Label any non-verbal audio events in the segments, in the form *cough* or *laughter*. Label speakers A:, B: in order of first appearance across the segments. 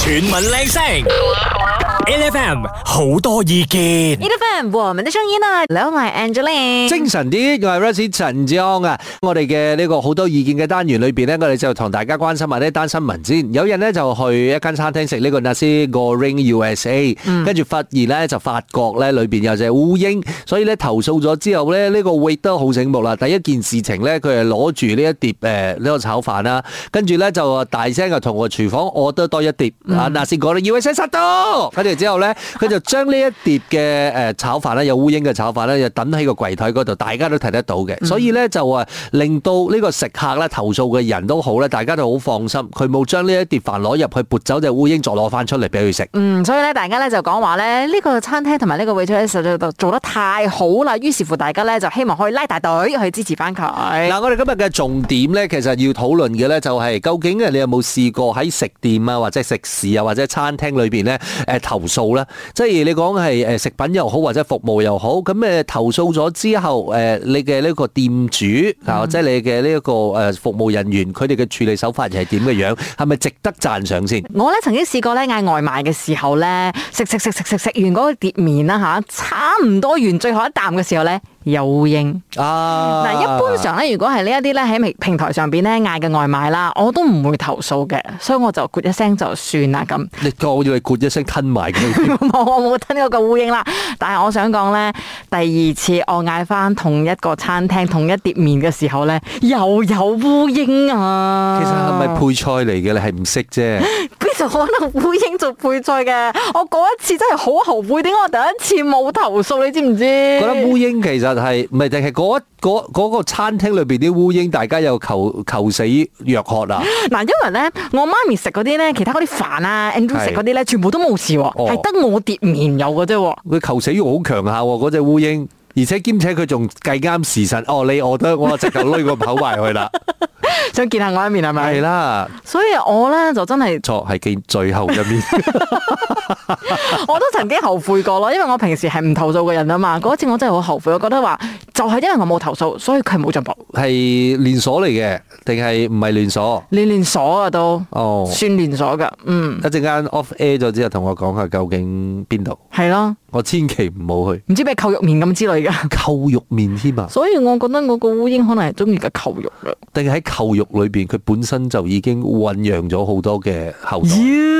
A: 全民靚聲，LFM 好多意見。
B: e l e p h a n 我們的聲音呢？我係 Angeline，
C: 精神啲，我係 r e s i 陳志康啊！我哋嘅呢個好多意見嘅單元裏邊呢，我哋就同大家關心下呢單新聞先。有人呢就去一間餐廳食呢個 Nasi Goreng USA，跟住發現呢就發覺呢裏邊有隻烏蠅，所以呢投訴咗之後呢，呢、個 wait 都好醒目啦。第一件事情呢，佢係攞住呢一碟誒呢、個炒飯啦，啊跟住呢就大聲就同個廚房 order 多一碟啊 Nasi Goreng USA 殺到，跟住之後呢，佢就將呢一碟嘅誒呃炒飯呢，有烏蠅嘅炒飯呢，就抌喺個櫃台嗰度，大家都睇得到嘅。所以呢，就誒令到呢個食客咧投訴嘅人都好咧，大家都好放心，佢冇將呢一碟飯攞入去撥走隻烏蠅，再攞翻出嚟俾佢食。
B: 嗯，所以咧，大家咧就講話咧，呢、個餐廳同埋呢個 waitress 實在做得太好啦，於是乎大家咧就希望可以拉大隊去支持翻佢。
C: 嗱，我哋今日嘅重點咧，其實要討論嘅咧就係究竟你有冇試過喺食店啊，或者食肆啊，或者餐廳裏邊咧誒投訴啦？即係你講係誒食品又好，或者服務又好，咁誒投訴咗之後，誒你嘅呢個店主啊，或者你嘅呢一個誒服務人員，佢哋嘅處理手法又係點嘅樣？係咪值得讚賞先？
B: 我咧曾經試過咧嗌外賣嘅時候咧，食食食食食食完嗰個碟麵啦吓，差唔多完最後一啖嘅時候咧，有烏蠅。
C: 啊，
B: 嗱，一般上咧，如果係呢一啲咧喺平平台上邊咧嗌嘅外賣啦，我都唔會投訴嘅，所以我就咕一聲就算啦咁。
C: 你講要你咕一聲吞
B: *laughs*
C: 埋佢，
B: 冇，我冇吞嗰個烏蠅啦。但係我想講咧，第二次我嗌翻同一個餐廳同一碟面嘅時候咧，又有烏蠅啊！
C: 其實係咪配菜嚟嘅？你係唔識啫。
B: *laughs* 其實可能烏蠅做配菜嘅。我嗰一次真係好後悔，點解我第一次冇投訴？你知唔知？
C: 覺得烏蠅其實係唔係定係嗰一嗰嗰個餐廳裏邊啲烏蠅，大家有求求死若渴啊！
B: 嗱，因為咧，我媽咪食嗰啲咧，其他嗰啲飯啊，Andrew
C: 係哦
B: 食嗰啲咧，全部都冇事喎，係得我碟面有嘅啫喎。
C: 佢求死欲好強下喎，嗰只烏蠅。而且兼且佢仲計啱時辰，哦你我得，我直頭攏個口埋去啦，
B: 想見下我一面係咪
C: 係？啦，
B: 所以我咧就真係
C: 錯係見最後一面，
B: *laughs* 我都曾經後悔過咯，因為我平時係唔投訴嘅人啊嘛。嗰次我真係好後悔，我覺得話就係因為我冇投訴，所以佢冇進步。
C: 係連鎖嚟嘅，定係唔係連鎖？
B: 你連鎖啊都，
C: 哦，
B: 算連鎖噶，嗯，
C: 一陣間 off air 咗之後，同我講下究竟邊度，
B: 係咯，
C: 我千祈唔好去
B: 唔知咩扣肉面咁之類噶。
C: 扣肉面添啊！
B: *laughs* 所以我覺得我個烏蠅可能係中意嘅扣肉啊啦。
C: 定係喺扣肉裏邊，佢本身就已經醖釀咗好多嘅後代。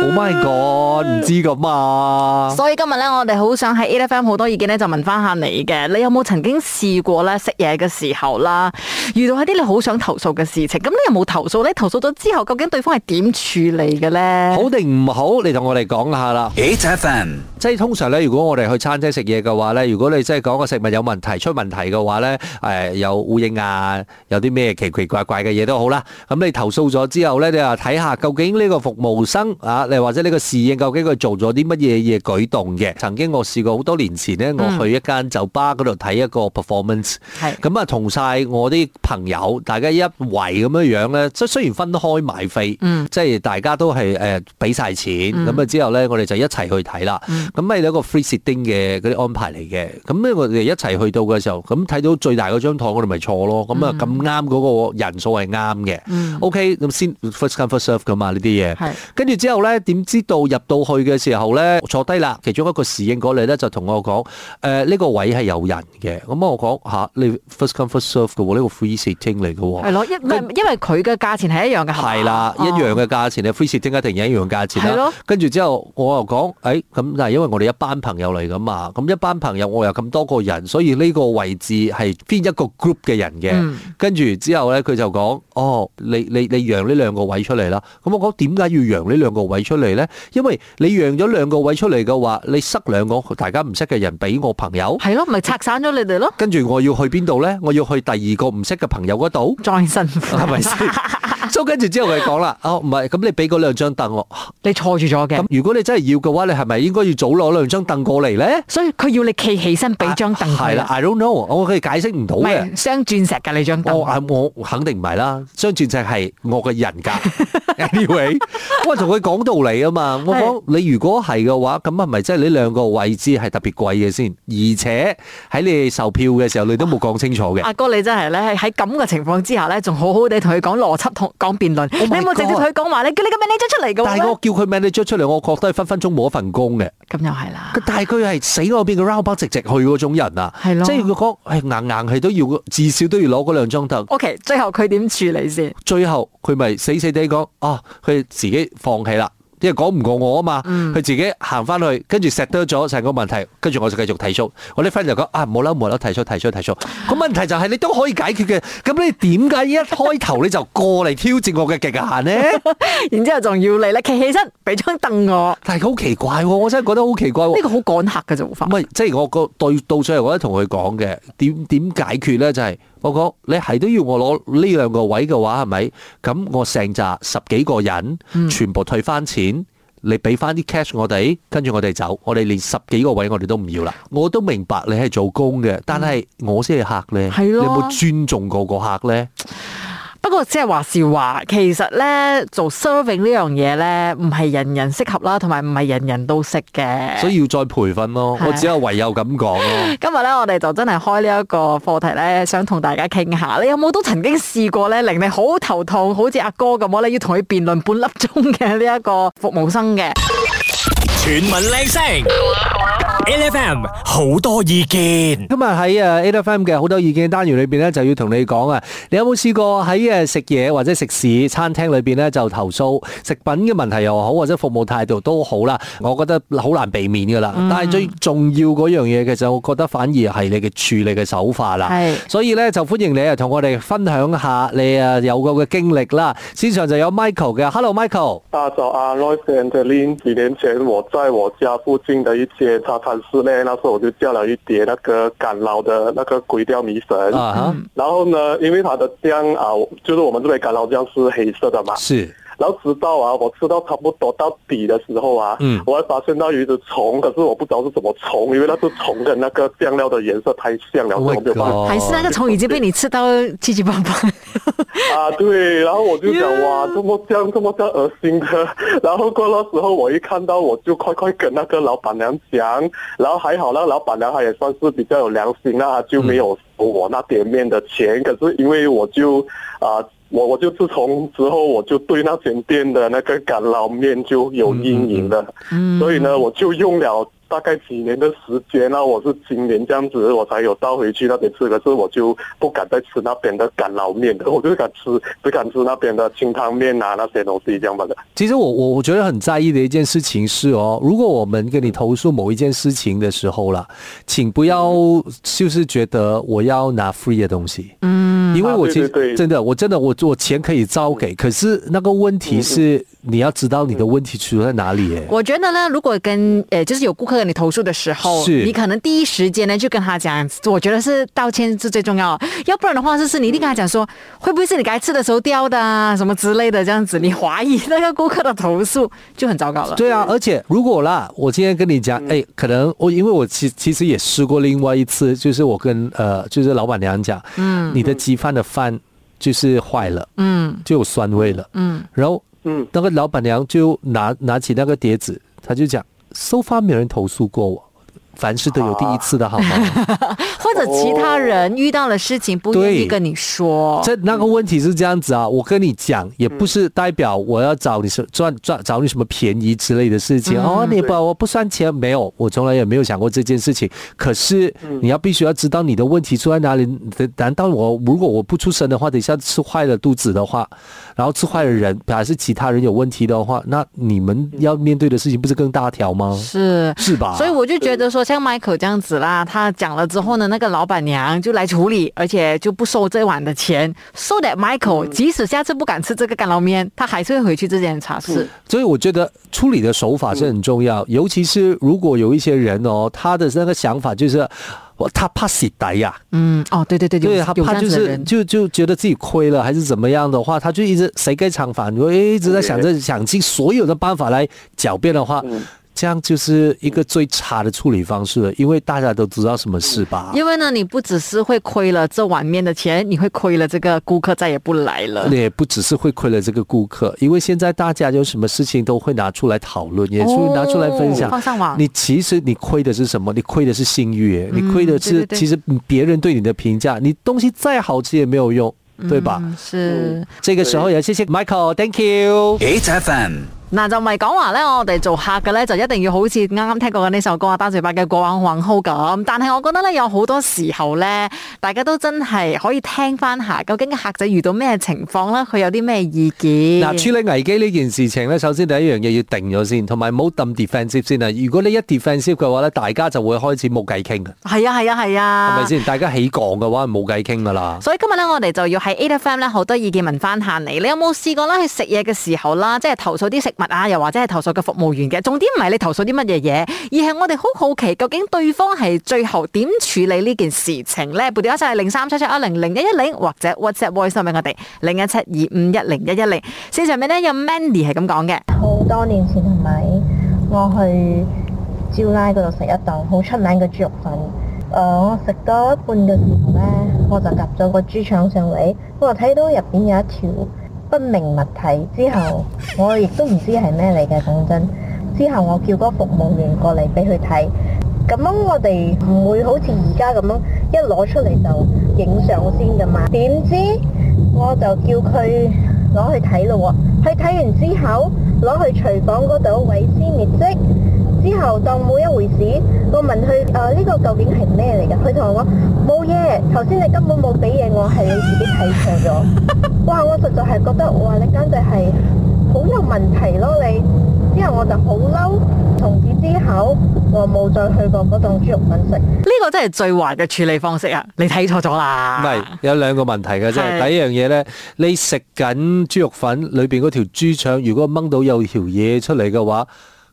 C: Oh my god，唔知噶嘛？
B: 所以今日咧，我哋好想喺 A F M 好多意見咧，就問翻下你嘅，你有冇曾經試過咧食嘢嘅時候啦，遇到一啲你好想投訴嘅事情，咁你有冇投訴咧？投訴咗之後，究竟對方係點處理嘅咧？
C: 好定唔好？你同我哋講下啦。
A: HFM
C: 即係通常咧，如果我哋去餐廳食嘢嘅話咧，如果你真係講個食物有問題、出問題嘅話咧，誒、有烏蠅啊，有啲咩奇奇怪怪嘅嘢都好啦。咁你投訴咗之後咧，你話睇下究竟呢個服務生啊，你或者呢個侍應究竟佢做咗啲乜嘢嘢舉動嘅？曾經我試過好多年前咧，我去一間酒吧嗰度睇一個 performance。
B: 係
C: 咁啊，同晒我啲朋友，大家一圍咁樣樣咧，即係雖然分開買飛，
B: 嗯
C: 即係大家都係誒俾晒錢，咁啊、之後咧，我哋就一齊去睇啦。
B: 嗯
C: 咁咪、有一個 free sitting 嘅嗰啲安排嚟嘅。咁咧，我哋一齊去到嘅時候，咁睇到最大嗰張台，我哋咪坐咯。咁
B: 嗯
C: 啊，咁啱嗰個人數係啱嘅。OK，咁先 first come first serve 噶嘛呢啲嘢
B: 係。
C: 跟住之後咧，點知道入到去嘅時候咧，坐低啦，其中一個侍應過嚟咧就同我講：誒、呃呢、個位係有人嘅。咁我講吓、你 first come first serve 嘅喎，呢、個 free sitting 嚟嘅
B: 係
C: 喎。
B: 咯，因唔係因為佢嘅價錢係一樣嘅，係嘛哦
C: 哦係啦，一樣。嘅價錢，你 free sitting 一定一樣價錢
B: 係
C: 啦
B: 咯。
C: 跟住之後，我又講，誒、咁但係因為我哋一班朋友嚟噶嘛，咁一班朋友我又咁多個人，所以呢個位置係邊一個 group 嘅人嘅。
B: 嗯
C: 跟住之後咧，佢就講：哦，你你你讓呢兩個位出嚟啦。咁我講點解要讓呢兩個位出嚟咧？因為你讓咗兩個位出嚟嘅話，你塞兩個大家唔識嘅人俾我朋友，
B: 係咯，咪拆散咗你哋咯，
C: 跟住我要去邊度咧？我要去第二個唔識嘅朋友嗰度，
B: 再辛苦
C: *laughs* 係
B: *laughs*
C: 咪先？所以跟住之後佢講啦：哦，唔係，咁你俾嗰兩張凳我。
B: 你坐住咗
C: 咁
B: 嘅，
C: 如果你真係要嘅話，你係咪應該要早攞兩張凳過嚟咧？
B: 所以佢要你企起身俾張凳
C: 啊係
B: 佢
C: 啦，，I don't know，我佢解釋唔到
B: 唔
C: 嘅。
B: 係雙鑽石㗎你張凳
C: 我。啊我肯定唔係啦，雙鑽石係我嘅人
B: *laughs*
C: 格。anyway，我同佢講道理啊嘛，我講你如果係嘅話，咁係咪即係呢兩個位置係特別貴嘅先？而且喺你售票嘅時候，你都冇講清楚嘅。
B: 阿哥你真係咧喺咁嘅情況之下咧，仲好好地同佢講邏輯同講辯論，
C: Oh
B: 你
C: my
B: 冇直接同佢講話，你叫你個 manager 出嚟
C: 但
B: 嘅
C: 係
B: 喎
C: 我叫佢 manager 出嚟，我覺得係分分鐘冇一份工嘅。
B: 咁又係啦
C: 佢，但係佢係死嗰邊嘅 round b o 直直去嗰種人啊，
B: 係咯
C: 即係佢講唉硬硬係都要，至少都要攞嗰兩張凳。
B: OK，最後佢點處理先？ *laughs*
C: 最後佢咪死死地講啊，佢自己放棄啦，因為講唔過我啊嘛，佢、
B: 嗯
C: 自己行翻去，跟住錫多咗成個問題，跟住我就繼續提速。我啲 friend 就講啊，冇啦冇啦，提速提速提速。咁問題就係你都可以解決嘅，咁你點解一開頭你就過嚟挑戰我嘅極限呢？ *laughs*
B: 然之後仲要你咧，企起身俾張凳我，
C: 但係佢好奇怪喎，我真係覺得好奇怪喎
B: 呢。個好趕客嘅做法
C: 唔。係，即係我個對到最後，我都同佢講嘅點點解決咧，就係、我講你係都要我攞呢兩個位嘅話，係咪？咁我成扎十幾個人，
B: 嗯
C: 全部退翻錢。你俾翻啲 cash 我哋，跟住我哋走，我哋連十幾個位我哋都唔要啦。我都明白你係做工嘅，但係我先係客咧，
B: 嗯係
C: 你
B: 咯
C: 有冇尊重過個客咧？
B: 不過即係話是話，其實咧做 serving 呢樣嘢咧，唔係人人適合啦，同埋唔係人人都識嘅。
C: 所以要再培訓咯。
B: 係
C: 我只有唯有咁講咯。
B: 今日咧，我哋就真係開呢一個課題咧，想同大家傾下，你有冇都曾經試過咧，令你好頭痛，好似阿哥咁我咧要同佢辯論半粒鐘嘅呢一個服務生嘅？
A: 全民靚聲，L F M 好多意見，
C: 今日喺誒 A F M 嘅好多意見單元裏邊咧，就要同你講啊，你有冇試過喺誒食嘢或者食肆餐廳裏邊咧就投訴食品嘅問題又好，或者服務態度都好啦？我覺得好難避免噶啦。但係最重要嗰樣嘢，其實我覺得反而係你嘅處理嘅手法啦。
B: 係
C: 所以咧就歡迎你啊，同我哋分享下你啊有過嘅經歷啦。線上就有 Michael 嘅，Hello Michael。
D: 大早安 r o y c e and Lin。几年前我在我家附近的一间茶餐室内，那时候我就叫了一碟那个干捞的那个鬼吊米粉。
C: 啊哈，
D: 然后呢，因为它的酱啊，就是我们这边干捞酱是黑色的嘛。
C: 是
D: 然后直到啊，我吃到差不多到底的时候啊，
C: 嗯
D: 我还发现到有一只虫，可是我不知道是什么虫，因为那只虫跟那个酱料的颜色太像了，
C: Oh
D: 所
C: my
D: 以我没有办法
C: God 哦
B: 還是那個蟲已經被你吃到七七八八。
D: 啊，对，然后我就
B: Yeah
D: 讲哇，这么这样这么这样恶心的。然后过那时候，我一看到我就快快跟那个老板娘讲，然后还好那老板娘她也算是比较有良心啦，就没有收我那点面的钱。可是因为我就啊。我我就自从之后，我就对那间店的那个干捞面就有阴影了，
B: 嗯
D: 所以呢，我就用了大概几年的时间那我是今年这样子，我才有到回去那边吃。可是我就不敢再吃那边的干捞面的，我就敢吃，只敢吃那边的清汤面啊那些东西这样子的。
C: 其实我我我觉得很在意的一件事情是哦，如果我们跟你投诉某一件事情的时候啦，请不要就是觉得我要拿 free 的东西，嗯，因为我
D: 啊对
C: 其实、
D: 对对嗯
C: 真的我真的我我钱可以照给，可是那个问题是你要知道你的问题出在哪里耶。
B: 我觉得呢，如果跟呃，就是有顾客跟你投诉的时候，
C: 是
B: 你可能第一时间呢就跟他讲，我觉得是道歉是最重要的，要不然的话，就是你一定跟他讲说，会不会是你该吃的时候掉的啊，什么之类的，这样子，你怀疑那个顾客的投诉就很糟糕了。嗯
C: 对啊，而且如果啦，我今天跟你讲，哎，可能我因为我其其实也试过另外一次，就是我跟呃，就是老板娘讲，嗯，你的鸡饭的饭就是坏了，
B: 嗯
C: 就有酸味了，
B: 嗯，
C: 然后
D: 嗯，
C: 那个老板娘就拿拿起那个碟子，她就讲，so far 没有人投诉过我，凡事都有第一次的好吗？
B: 或者其他人遇到了事情不愿意跟你说，
C: 这那个问题是这样子啊，我跟你讲，也不是代表我要找你什赚赚找你什么便宜之类的事
B: 嗯
C: 情、哦，你把我不算钱没有，我从来也没有想过这件事情。可是你要必须要知道你的问题出在哪里。难道我如果我不出声的话，等一下吃坏了肚子的话，然后吃坏了人，还是其他人有问题的话，那你们要面对的事情不是更大条吗？
B: 是。
C: 是吧？
B: 所以我就觉得说，像 Michael 这样子啦，他讲了之后呢，那个老板娘就来处理，而且就不收这碗的钱，so that Michael
C: 嗯
B: 即使下次不敢吃这个干捞面，他还是会回去这间茶室。
C: 所以我觉得处理的手法是很重
B: 嗯
C: 要，尤其是如果有一些人哦，他的那个想法就是。我他怕洗白呀、
B: 嗯，哦，对对对，有
C: 对他
B: 有这
C: 怕
B: 样
C: 就
B: 子的
C: 是
B: 人。
C: 就就觉得自己亏了还是怎么样的话，他就一直谁该唱反，我一直在想
B: 嗯
C: 着想尽所有的办法来狡辩的话，这样就是一个最差的处理方式了，因为大家都知道什么事吧？
B: 因为呢，你不只是会亏了这碗面的钱，你会亏了这个顾客再也不来了。
C: 呃也不只是会亏了这个顾客，因为现在大家有什么事情都会拿出来讨论，也
B: 哦
C: 出拿出来分享。
B: 放上网嗯
C: 你其实你亏的是什么？你亏的是信誉耶，你亏的
B: 对
C: 是
B: 对对
C: 其实别人对你的评价。你东西再好吃也没有用，对吧？
B: 嗯是。
C: 这个时候有谢谢 Michael，Thank you。
E: 8FM,
B: 嗱就唔係講話咧，我哋做客嘅咧就一定要好似啱啱聽過嘅呢首歌啊，單嘴巴嘅《過往往好》咁。但係我覺得咧，有好多時候咧，大家都真係可以聽翻下，究竟客仔遇到咩情況啦，佢有啲咩意見。
C: 嗱，處理危機呢件事情咧，首先第一樣嘢要定咗先，同埋唔好抌 defensive 先啊！如果你一 defensive 嘅話咧，大家就會開始冇計傾嘅，
B: 係啊係啊係啊，
C: 係咪先？大家起槓嘅話，冇計傾噶啦。
B: 所以今日咧，我哋就要喺 A F M 咧好多意見問翻下你，你有冇試過啦？去食嘢嘅時候啦，即係投訴啲食物啊，又或者係投訴嘅服務員嘅。重點唔係你投訴啲乜嘢嘢，而係我哋好好奇究竟對方係最後點處理呢件事情咧？撥電話就係零三七七一零零一一零，或者 WhatsApp voice 俾我哋零一七二五一零一一零。線上面咧有 Mandy 係咁講嘅，
F: 好多年前係咪？我去招拉嗰度食一檔好出名嘅豬肉粉。誒、我食到一半嘅時候呢，我就夾咗個豬腸上嚟，我就睇到入邊有一條不明物體，之後我亦都唔知係咩嚟嘅，講真。之後我叫嗰個服務員過嚟俾佢睇，咁樣我哋唔會好似而家咁樣一攞出嚟就影相先噶嘛。點知我就叫佢攞去睇咯喎，佢睇完之後攞去廚房嗰度毀屍滅跡，之後當冇一回事。我問佢誒呢個究竟係咩嚟㗎？佢同我講冇嘢，頭先你根本冇俾嘢我，係你自己睇錯咗。哇！我實在係覺得哇，你簡直係好有問題咯你。之後我就好嬲，從此之後我冇再去過嗰檔豬肉粉食。
B: 呢個真係最壞嘅處理方式啊！你睇錯咗啦，
C: 唔係有兩個問題嘅啫。
B: 係
C: 第一樣嘢咧，你食緊豬肉粉裏邊嗰條豬腸，如果掹到有條嘢出嚟嘅話，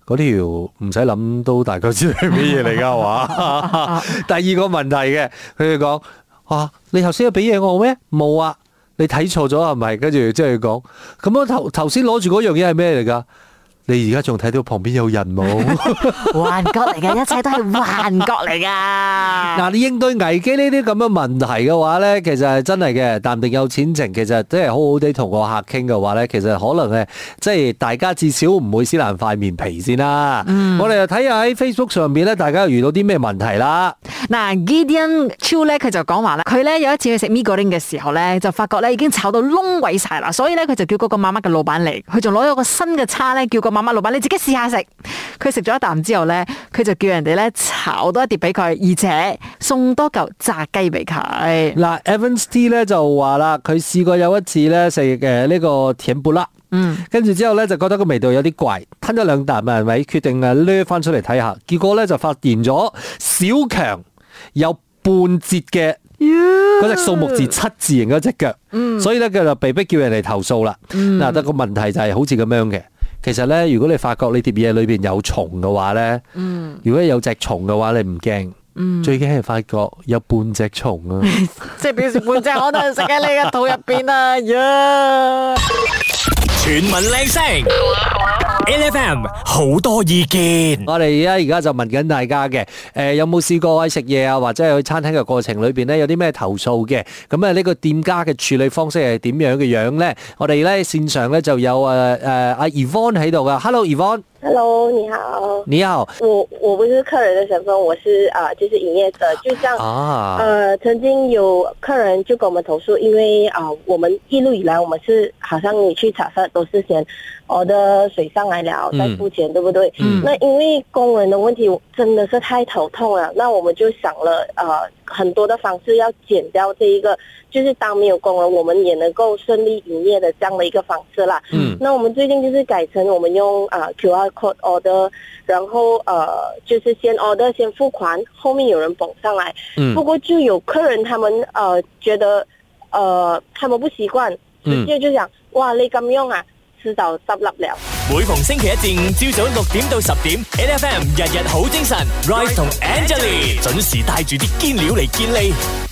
C: 嗰條唔使諗都大概知係咩嘢嚟㗎
B: *laughs*
C: 係嘛？第二個問題嘅，佢哋講：啊，你頭先有俾嘢我咩？冇啊，你睇錯咗係咪？跟住即係講，咁我頭頭先攞住嗰樣嘢係咩嚟㗎？你而家仲睇到旁邊有人冇？
B: 幻覺嚟嘅，一切都係幻覺嚟
C: *laughs*
B: 噶。
C: 嗱，你應對危機呢啲咁嘅問題嘅話咧，其實係真係嘅，淡定有錢剩，其實即係好好地同個客傾嘅話咧，其實可能誒，即係大家至少唔會撕爛塊面皮先啦。我哋就睇下喺 Facebook 上邊咧，大家遇到啲咩問題啦。
B: 嗱，Gideon Chu 咧，佢就講話咧，佢咧有一次去食 m i g o r i n g 嘅時候咧，就發覺咧已經炒到窿位晒啦，所以咧佢就叫嗰個媽媽嘅老闆嚟，佢仲攞咗個新嘅叉咧，叫個媽媽老闆你自己試下食。佢食咗一啖之後咧，佢就叫人哋咧炒多一碟俾佢，而且送多嚿炸雞俾佢。
C: 嗱，Evans T 咧就話啦，佢試過有一次咧食誒呢個甜布拉。
B: 嗯，
C: 跟住之後咧就覺得個味道有啲怪，吞咗兩啖啊，係咪？決定啊掠翻出嚟睇下，結果咧就發現咗小強有半截嘅。嗰隻數目字七字形嗰只腳，所以咧佢就被逼叫人嚟投訴啦。嗱、但個問題就係好似咁樣嘅，其實咧如果你發覺你碟嘢裏邊有蟲嘅話咧，如果有隻蟲嘅話你唔驚，最驚係發覺有半隻蟲啊。
B: *laughs* 即係表示半隻我都係食喺你嘅肚入邊 *laughs* 啊！呀
A: 全民靚聲，L F M 好多意見，
C: 我哋而家而家就問緊大家嘅，誒、有冇試過喺食嘢啊，或者係去餐廳嘅過程裏邊咧，有啲咩投訴嘅？咁啊，呢個店家嘅處理方式係點樣嘅樣咧？我哋咧線上咧就有誒誒阿 Evon 喺度噶，Hello Evon，
F: Hello，你好，
C: 你好
F: 我我不是客人的身份，我是啊、就是营业者，就像
C: 啊，
F: 呃，曾经有客人就跟我们投诉，因为啊、呃我们一路以来我们是好像你去茶室都是先 order 水上来了
C: 嗯
F: 再付钱，对不对？
C: 嗯
F: 那因为工人的问题我真的是太头痛了，那我们就想了呃很多的方式要减掉这一个，就是当没有工人，我们也能够顺利营业的这样的一个方式啦。
C: 嗯
F: 那我们最近就是改成我们用啊、呃 QR code order，然后呃就是先 order 先付款，后面有人捧上来。不
C: 嗯
F: 过就有客人他们呃觉得呃他们不习惯，直
C: 嗯，
F: 接就讲、哇你咁样啊，迟早执笠了。
A: 每逢星期一至五朝早六點到十點，L F M 日日好精神，Rise 同 Angelie 準時帶住啲堅料嚟健利。